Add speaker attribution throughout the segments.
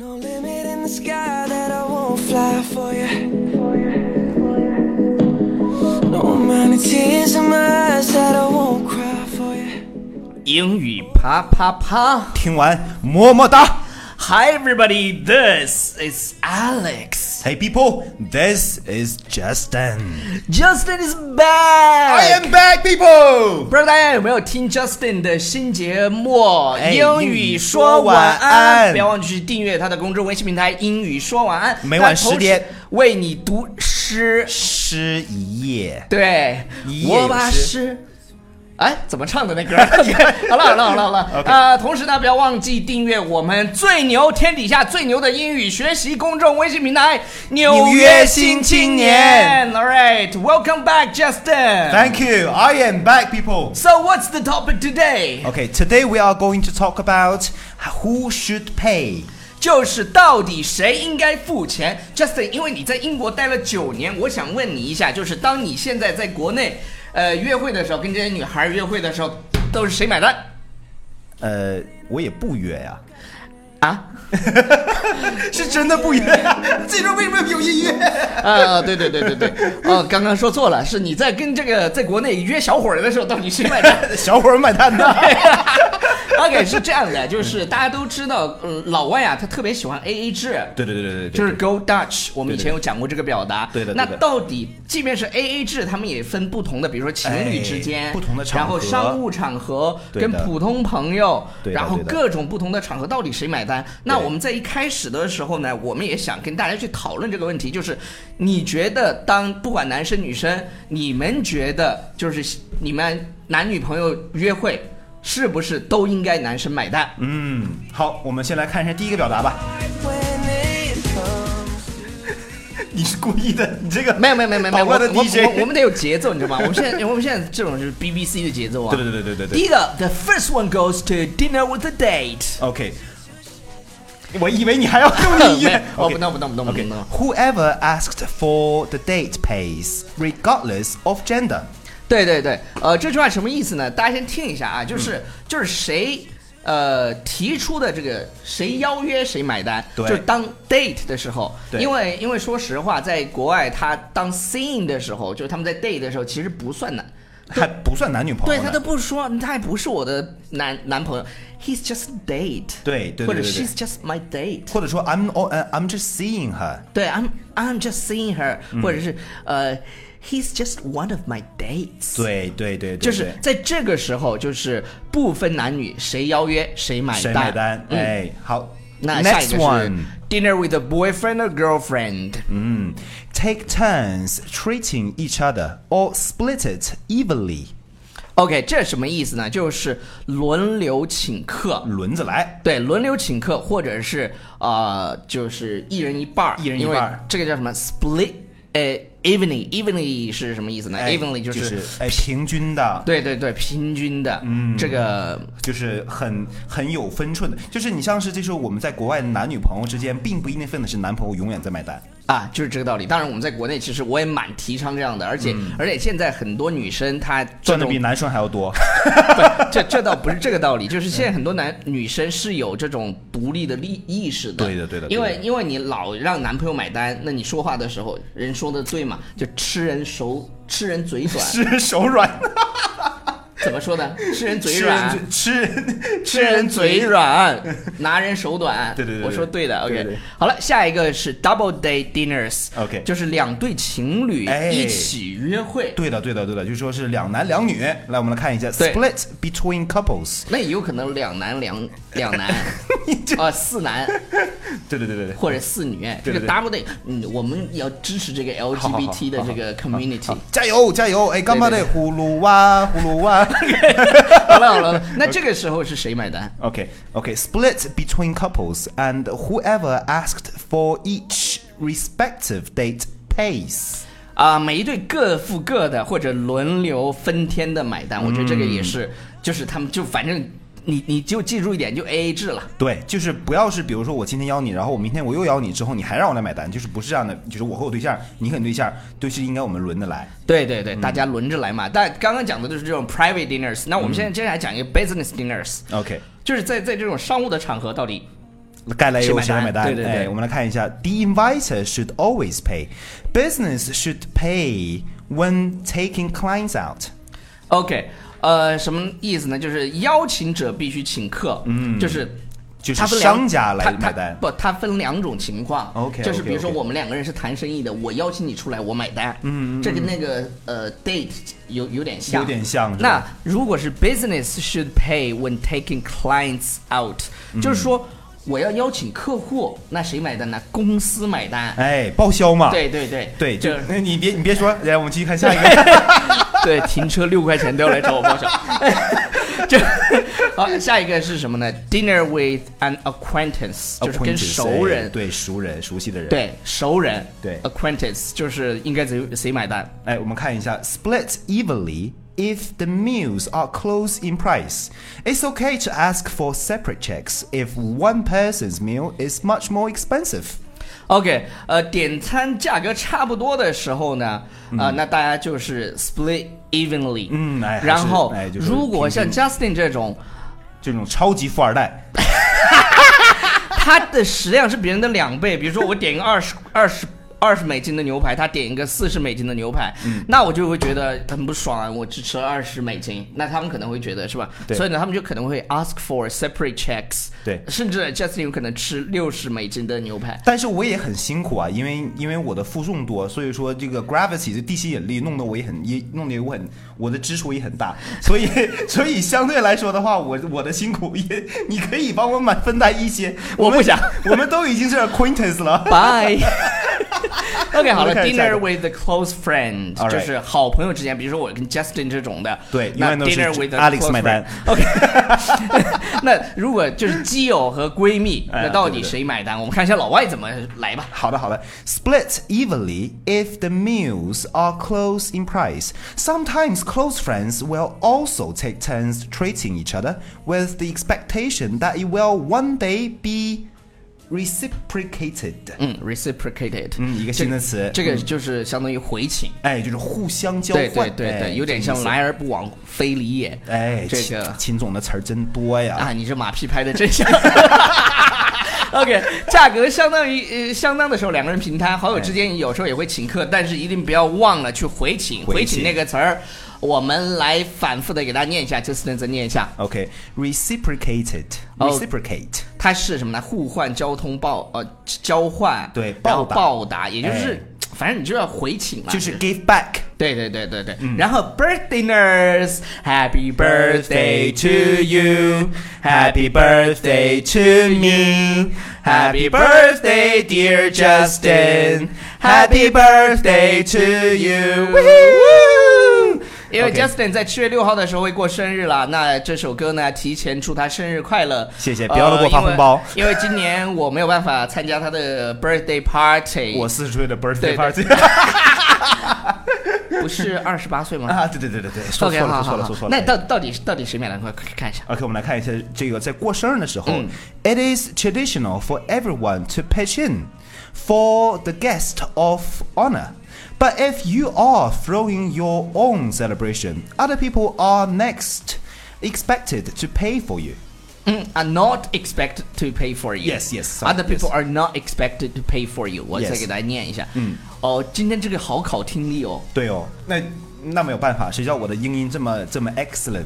Speaker 1: No limit in the sky that I won't fly for you. No amount of tears in my eyes that I won't cry for you.
Speaker 2: 英语啪啪啪
Speaker 3: 听完么么哒。
Speaker 2: ！Hi everybody, this is Alex.
Speaker 3: Hey people, this is Justin.
Speaker 2: Justin is back.
Speaker 3: back, people.
Speaker 2: 不知道大家有没有听 Justin 的新节目《
Speaker 3: 哎
Speaker 2: 英语说晚
Speaker 3: 英语说晚
Speaker 2: 安》？
Speaker 3: 安
Speaker 2: 不要忘记去订阅他的公众微信平台《英语说晚安》，
Speaker 3: 每晚10点
Speaker 2: 他同时为你读诗。
Speaker 3: 诗一夜，
Speaker 2: 对
Speaker 3: 一，夜有
Speaker 2: 我把
Speaker 3: 诗
Speaker 2: 诗。哎，怎么唱的那歌？ 好了好了好了好 了，呃，同时呢，不要忘记订阅我们最牛天底下最牛的英语学习公众微信平台《纽约新青年》。All right, welcome back, Justin.
Speaker 3: Thank you. I am back, people.
Speaker 2: So, what's the topic today?
Speaker 3: Okay, today we are going to talk about who should pay.
Speaker 2: 就是到底谁应该付钱？Justin，因为你在英国待了九年，我想问你一下，就是当你现在在国内，呃，约会的时候，跟这些女孩约会的时候，都是谁买单？
Speaker 3: 呃，我也不约呀、
Speaker 2: 啊？
Speaker 3: 是真的不约啊。这周为什么有音乐？
Speaker 2: 啊，对对对对对，哦，刚刚说错了，是你在跟这个在国内约小伙儿的时候， 到底谁买单？
Speaker 3: 小伙儿买单的。
Speaker 2: OK，是这样的，就是大家都知道，嗯，老外啊，他特别喜欢 AA 制，
Speaker 3: 对对对对对对，
Speaker 2: 就是 Go Dutch，我们以
Speaker 3: 对对
Speaker 2: 前有讲过这个表达。
Speaker 3: 对的对
Speaker 2: 那
Speaker 3: 的
Speaker 2: 到底，即便是 AA 制，他们也分不同的，比如说情侣之间，
Speaker 3: 哎不同的
Speaker 2: 然
Speaker 3: 场合
Speaker 2: 后商务场合
Speaker 3: 对
Speaker 2: 跟
Speaker 3: 的
Speaker 2: 普通朋友，
Speaker 3: 对的
Speaker 2: 然后
Speaker 3: 对的
Speaker 2: 各种不同的场合，到底谁买单？那我们在一开始的时候呢，我们也想跟大家去讨论这个问题，就是你觉得当不管男生女生，你们觉得就是你们男女朋友约会，是不是都应该男生买单？
Speaker 3: 嗯，好，我们先来看一下第一个表达吧。
Speaker 1: When it comes,
Speaker 3: 你是故意的，你这个
Speaker 2: 没有没有没有没有，
Speaker 3: 捣
Speaker 2: 我
Speaker 3: 乱的
Speaker 2: 我
Speaker 3: DJ
Speaker 2: 我我们得有节奏，你知道吗？我们现在我们现在这种就是 BBC 的节奏啊。
Speaker 3: 对对对对对对
Speaker 2: 第一个，the first one goes to dinner with a date。
Speaker 3: OK，我以为你还要 用音乐
Speaker 2: 没。哦
Speaker 3: OK
Speaker 2: 不弄不弄不弄不
Speaker 3: OK，
Speaker 2: 弄不弄。
Speaker 3: whoever asked for the date pays, regardless of gender。
Speaker 2: 对对对，呃，这句话什么意思呢？大家先听一下啊，
Speaker 3: 嗯
Speaker 2: 就是就是谁。呃，提出的这个谁邀约谁买单，
Speaker 3: 对
Speaker 2: 就是当 date 的时候，
Speaker 3: 对
Speaker 2: 因为因为说实话，在国外他当 scene 的时候，就是他们在 date 的时候，其实不算男，
Speaker 3: 还不算男女朋
Speaker 2: 对
Speaker 3: 友呢，
Speaker 2: 他都不说，他还不是我的男男朋友，He's just a date，
Speaker 3: 对对对
Speaker 2: 或者
Speaker 3: 对对
Speaker 2: She's just my date，
Speaker 3: 或者说 I'm o I'm just seeing her。
Speaker 2: 对，I'm I'm just seeing her，、或
Speaker 3: 嗯
Speaker 2: 者是呃，He's just one of my dates，，
Speaker 3: 对对对对，
Speaker 2: 就是在这个时候，就是不分男女，谁邀约谁买单，
Speaker 3: 谁买单？
Speaker 2: 嗯、
Speaker 3: 哎，好。
Speaker 2: 那下一
Speaker 3: Next
Speaker 2: 个是
Speaker 3: one,
Speaker 2: dinner with a boyfriend or girlfriend，
Speaker 3: 嗯，take turns treating each other or split it evenly，
Speaker 2: OK，这什么意思呢？就是轮流请客。
Speaker 3: 轮着来。
Speaker 2: 对，轮流请客，或者是呃，就是一人一半儿，
Speaker 3: 一人一半儿
Speaker 2: 因为这个叫什么 split？呃，evenly，evenly 是什么意思呢
Speaker 3: 哎
Speaker 2: ？evenly 就
Speaker 3: 就是哎平均的，
Speaker 2: 对对对，平均的，嗯，这个
Speaker 3: 就是很很有分寸的，就是你像是这时候我们在国外男女朋友之间，并不一定分的是男朋友永远在买单。
Speaker 2: 啊，就是这个道理。当然，我们在国内其实我也蛮提倡这样的，而且、而且现在很多女生她这
Speaker 3: 赚
Speaker 2: 种
Speaker 3: 嗯的比男生还要多。
Speaker 2: 不，这这倒不是这个道理，就是现在很多男女生是有这种独立的意意识的。
Speaker 3: 对的对的对的
Speaker 2: 因为因为你老让男朋友买单，那你说话的时候，人说的对嘛？就吃人手，吃人嘴短，
Speaker 3: 吃手软，
Speaker 2: 怎么说呢？吃人 嘴
Speaker 3: 吃
Speaker 2: 软，
Speaker 3: 人吃
Speaker 2: 吃人嘴，软， 拿人手短。
Speaker 3: 对对对对
Speaker 2: 我说对的。
Speaker 3: 对
Speaker 2: OK，
Speaker 3: 对对
Speaker 2: 好了，下一个是 double day dinners。
Speaker 3: OK
Speaker 2: 就是两对情侣
Speaker 3: 哎
Speaker 2: 一起约会。
Speaker 3: 对的对的对的，就说是两男两女。来，我们来看一下
Speaker 2: 对
Speaker 3: split between couples。
Speaker 2: 那也有可能两男两两男，啊四男，
Speaker 3: 对对对对对，
Speaker 2: 或者四女，这个
Speaker 3: 对对对
Speaker 2: double day，嗯，我们要支持这个
Speaker 3: 好好
Speaker 2: LGBT 的这个 community
Speaker 3: 好。加油加油！哎，干嘛
Speaker 2: 对
Speaker 3: 的？
Speaker 2: 对
Speaker 3: 葫芦娃，葫芦 娃。
Speaker 2: 好了好了好 了，那这个时候是谁买单？
Speaker 3: OK OK split between couples and whoever asked for each respective date pays。
Speaker 2: 啊，每一对各付各的，或者轮流分天的买单。我觉得这个也是，就是他们就反正你你就记住一点，就 AA 制了。
Speaker 3: 对，就是不要是比如说我今天邀你，然后我明天我又邀你，之后你还让我来买单，就是不是这样的，就是我和我对象，你和你对象，对是应该我们轮着来。
Speaker 2: 对对对，大家轮着来嘛。但刚刚讲的就是这种 private 嗯 dinners，那我们现在接下来讲一个 business dinners，
Speaker 3: OK。
Speaker 2: 就是在在这种商务的场合，到底
Speaker 3: 该来由
Speaker 2: 谁
Speaker 3: 谁
Speaker 2: 买
Speaker 3: 来
Speaker 2: 单
Speaker 3: 买
Speaker 2: 对
Speaker 3: 单？
Speaker 2: 对对
Speaker 3: 哎，我们来看一下，The inviter should always pay. Business should pay when taking clients out.
Speaker 2: OK，呃，什么意思呢？就是邀请者必须请客，嗯，就是。
Speaker 3: 就是
Speaker 2: 它分两
Speaker 3: 商家来
Speaker 2: 它它
Speaker 3: 买单
Speaker 2: 不，它分两种情况。
Speaker 3: OK，
Speaker 2: 就是比如说
Speaker 3: OK，OK
Speaker 2: 我们两个人是谈生意的，我邀请你出来，我买单。嗯，这跟那个呃 date 有有点像，
Speaker 3: 有点像是
Speaker 2: 那
Speaker 3: 吧
Speaker 2: 如果是 business should pay when taking clients out，就是
Speaker 3: 嗯
Speaker 2: 说我要邀请客户，那谁买单呢？公司买单。
Speaker 3: 哎，报销嘛。
Speaker 2: 对对对
Speaker 3: 对，
Speaker 2: 就
Speaker 3: 就那你别你别说，来，我们继续看下一个。
Speaker 2: 对，停车六块钱都要来找我报销。 这好，下一个是什么呢？Dinner with an acquaintance，就是跟
Speaker 3: Acquaintance，
Speaker 2: 熟
Speaker 3: 哎
Speaker 2: 人，
Speaker 3: 对熟人熟悉的人。，
Speaker 2: 对熟人，
Speaker 3: 对
Speaker 2: acquaintance 就是应该谁谁买单？
Speaker 3: 哎，我们看一下，split evenly if the meals are close in price. It's okay to ask for separate checks if one person's meal is much more expensive.
Speaker 2: OK，呃，点餐价格差不多的时候呢，啊、那大家就是 split evenly，
Speaker 3: 嗯哎还是
Speaker 2: 然后、
Speaker 3: 哎就是
Speaker 2: 如果像
Speaker 3: 平
Speaker 2: Justin 这种，
Speaker 3: 这种超级富二代，
Speaker 2: 他的食量是别人的两倍，比如说我点一个二十二十。二十美金的牛排，他点一个四十美金的牛排，那我就会觉得很不爽啊！我只吃了二十美金，那他们可能会觉得是吧？
Speaker 3: 对
Speaker 2: 所以呢，他们就可能会 ask for separate checks，
Speaker 3: 对
Speaker 2: 甚至 Justin 有可能吃六十美金的牛排，
Speaker 3: 但是我也很辛苦啊，因为因为我的负重多，所以说这个 gravity 这地心引力弄得我也很也弄得我很我的支出也很大， 所以所以相对来说的话，我我的辛苦也你可以帮我买分担一些，
Speaker 2: 我
Speaker 3: 们
Speaker 2: 不想，
Speaker 3: 我们都已经是 acquaintance 了。
Speaker 2: Bye。OK，好了
Speaker 3: 我们看下一
Speaker 2: ，dinner
Speaker 3: 个
Speaker 2: with a close friend
Speaker 3: Alright
Speaker 2: 就是好朋友之间，比如说我跟 Justin 这种的，
Speaker 3: 对
Speaker 2: 那
Speaker 3: 永远都是
Speaker 2: dinner with a
Speaker 3: Alex
Speaker 2: close
Speaker 3: 买单
Speaker 2: friend。OK，那如果就是基友和闺蜜，
Speaker 3: 哎呀
Speaker 2: 那到
Speaker 3: 对
Speaker 2: 底
Speaker 3: 对对
Speaker 2: 谁买单？我们看一下老外怎么来吧。
Speaker 3: 好的，好的。Split evenly if the meals are close in price. Sometimes close friends will also take turns treating each other with the expectation that it will one day be reciprocated.
Speaker 2: 嗯，reciprocated，
Speaker 3: 嗯一个新的词
Speaker 2: 这这个就是相当于回请。
Speaker 3: 哎，就是互相交
Speaker 2: 对
Speaker 3: 换，
Speaker 2: 对对
Speaker 3: 哎
Speaker 2: 对，有点
Speaker 3: 这
Speaker 2: 像
Speaker 3: 个意思
Speaker 2: 来而不往非礼也。
Speaker 3: 哎，
Speaker 2: 这
Speaker 3: 秦
Speaker 2: 个
Speaker 3: 秦总的词儿真多呀。
Speaker 2: 啊，你这马屁拍的真响。OK，价格相当于呃相当的时候，两个人平摊，好友之间有时候也会请客，但是一定不要忘了去回请。
Speaker 3: 回
Speaker 2: 回
Speaker 3: 请
Speaker 2: 请那个词儿，我们来反复的给大家念一下，Justin 再念一下，
Speaker 3: OK，reciprocated，reciprocate，、
Speaker 2: 哦它是什么呢？互换交通报呃交换
Speaker 3: 对
Speaker 2: 然后
Speaker 3: 报答
Speaker 2: 报答，也就是、
Speaker 3: 哎
Speaker 2: 反正你就要回请嘛，
Speaker 3: 就是嗯 give back。
Speaker 2: 对对对对对，然后 birthday nurse，Happy birthday to you，Happy birthday to me，Happy birthday dear Justin，Happy birthday to you。因为
Speaker 3: OK
Speaker 2: Justin 在七月六号的时候会过生日了，那这首歌呢，提前祝他生日快乐。
Speaker 3: 谢谢不要给我发
Speaker 2: 呃
Speaker 3: 红包
Speaker 2: 因为因为今年我没有办法参加他的 birthday party，
Speaker 3: 我四十岁的 birthday
Speaker 2: 对
Speaker 3: party
Speaker 2: 不是二十八岁吗？
Speaker 3: 啊，对对对对对，说
Speaker 2: OK，
Speaker 3: 错
Speaker 2: 好
Speaker 3: 了，说错了，
Speaker 2: 好
Speaker 3: 说
Speaker 2: 好
Speaker 3: 错了。哎
Speaker 2: 那到到底到底谁买单？快快看一下。
Speaker 3: OK，我们来看一下这个，在过生日的时候、
Speaker 2: 嗯
Speaker 3: i t is traditional for everyone to pitch in for the guest of honor. But if you are throwing your own celebration, other people are next expected to pay for you.
Speaker 2: 嗯，are not expected to pay for you.
Speaker 3: Yes, yes,
Speaker 2: Other people
Speaker 3: yes.
Speaker 2: are not expected to pay for you. 我再
Speaker 3: Yes.
Speaker 2: 给大家念一下。嗯，哦，今天这个好考听力哦。
Speaker 3: 对哦，那那没有办法，谁叫我的英音这么这么 excellent？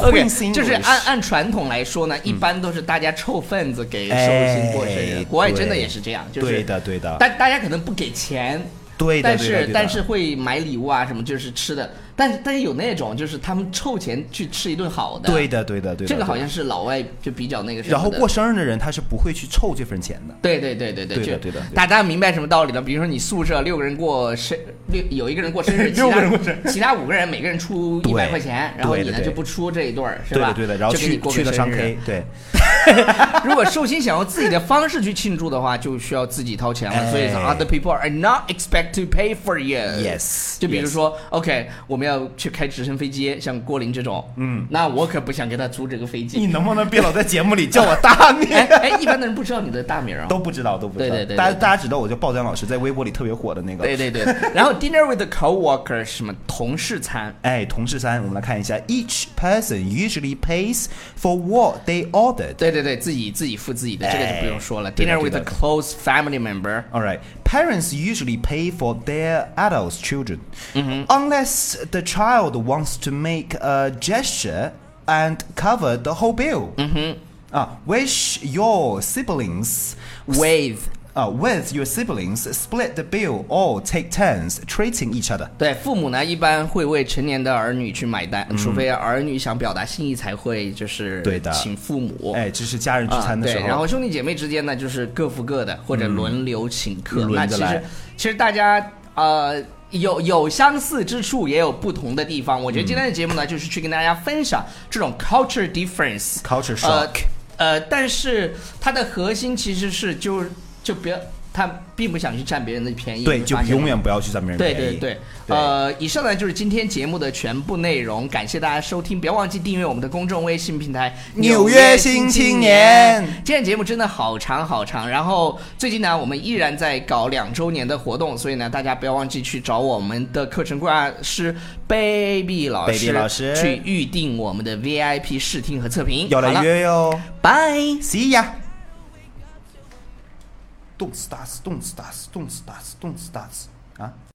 Speaker 2: OK，
Speaker 3: Queen's English 嗯
Speaker 2: 就是按按传统来说呢，一般都是大家臭份子给寿星过生日
Speaker 3: 哎，
Speaker 2: 国外真的
Speaker 3: 对
Speaker 2: 也是这样，就是
Speaker 3: 对的对的
Speaker 2: 但大家可能不给钱。
Speaker 3: 对的
Speaker 2: 但
Speaker 3: 对的对
Speaker 2: 是
Speaker 3: 的
Speaker 2: 但是会买礼物啊，什么就是吃的，但是但是有那种就是他们凑钱去吃一顿好的，
Speaker 3: 对的，对的，对的。
Speaker 2: 这个好
Speaker 3: 对的。
Speaker 2: 像是老外就比较那个什么的。
Speaker 3: 然后过生日的人，他是不会去凑这份钱的。
Speaker 2: 对对对对对，
Speaker 3: 对的
Speaker 2: 就
Speaker 3: 对的对的
Speaker 2: 大家明白什么道理呢？比如说你宿舍六个人过生， 六有一个人过生日，其他
Speaker 3: 六个人过生日
Speaker 2: 其他五个人每个人出
Speaker 3: 对
Speaker 2: 一百块钱，然后
Speaker 3: 对
Speaker 2: 你
Speaker 3: 的
Speaker 2: 呢
Speaker 3: 对
Speaker 2: 就不出这一对儿，是
Speaker 3: 对
Speaker 2: 吧？
Speaker 3: 的，对的。然后
Speaker 2: 就给你
Speaker 3: 去
Speaker 2: 过
Speaker 3: 去
Speaker 2: 个
Speaker 3: 了上
Speaker 2: 生日
Speaker 3: K，对，
Speaker 2: 如果寿星想用自己的方式去庆祝的话，就需要自己掏钱了。
Speaker 3: 哎
Speaker 2: 所以说 other people are not expect to pay for you。
Speaker 3: Yes，
Speaker 2: 就比如说，OK，我们要去开直升飞机，像郭林这种，嗯，那我可不想给他租这个飞
Speaker 3: 你
Speaker 2: 机。
Speaker 3: 能不能别老在节目里叫我大
Speaker 2: 哎
Speaker 3: 名？
Speaker 2: 哎，一般的人不知道你的大名啊。
Speaker 3: 都不知道，都不知道。
Speaker 2: 对对对
Speaker 3: 大家
Speaker 2: 对对
Speaker 3: 大家知道，我就爆展老师在微博里特别火的那个。
Speaker 2: 对对 对，然后 dinner with a coworker 是什么同事餐。
Speaker 3: 哎，同事三，我们来看一下，each person usually pays for what they ordered
Speaker 2: 对对对，自己自己付自己的，这个就不用说了。
Speaker 3: 哎对的
Speaker 2: Dinner with
Speaker 3: 对
Speaker 2: a
Speaker 3: 的
Speaker 2: close family member，
Speaker 3: All right. Parents usually pay for their adult children,
Speaker 2: Mm-hmm.
Speaker 3: unless the child wants to make a gesture and cover the whole bill. Mm-hmm. which your siblings,
Speaker 2: with，
Speaker 3: uh, with your siblings, split the bill or take turns treating each other.
Speaker 2: 对父母呢一般会为成年的儿女去买单，除非儿女想表达心意才会就是
Speaker 3: 嗯对的哎
Speaker 2: 请父母。Oh. 啊，对，然后
Speaker 3: 哎，这是家人聚餐的时候。
Speaker 2: 兄弟姐妹之间呢，就是各付各的，或者轮流请客。
Speaker 3: 轮
Speaker 2: 那
Speaker 3: 着
Speaker 2: 其
Speaker 3: 来
Speaker 2: 实其实大家呃有有相似之处，也有不同的地方。我觉得今天的节目呢，就是去跟大家分享这种 culture difference。
Speaker 3: Culture
Speaker 2: 呃
Speaker 3: shock
Speaker 2: 呃，但是它的核心其实是就就别他并不想去占别人的便宜，
Speaker 3: 对，
Speaker 2: 你
Speaker 3: 就
Speaker 2: 发现
Speaker 3: 永
Speaker 2: 吗
Speaker 3: 远不要去占别人
Speaker 2: 对
Speaker 3: 便
Speaker 2: 对
Speaker 3: 宜
Speaker 2: 对，
Speaker 3: 对
Speaker 2: 呃，以上呢就是今天节目的全部内容，感谢大家收听，不要忘记订阅我们的公众微信平台《
Speaker 3: 纽约新青年
Speaker 2: 今天节目真的好长好长，然后最近呢，我们依然在搞两周年的活动，所以呢，大家不要忘记去找我们的课程规划师 Baby 老师
Speaker 3: Baby 老师
Speaker 2: 去预定我们的 VIP 试听和测评。
Speaker 3: 要来
Speaker 2: 好了，
Speaker 3: 约哟。
Speaker 2: 拜。
Speaker 3: See ya。动次打次，动次打次，动次打次，动次打次啊！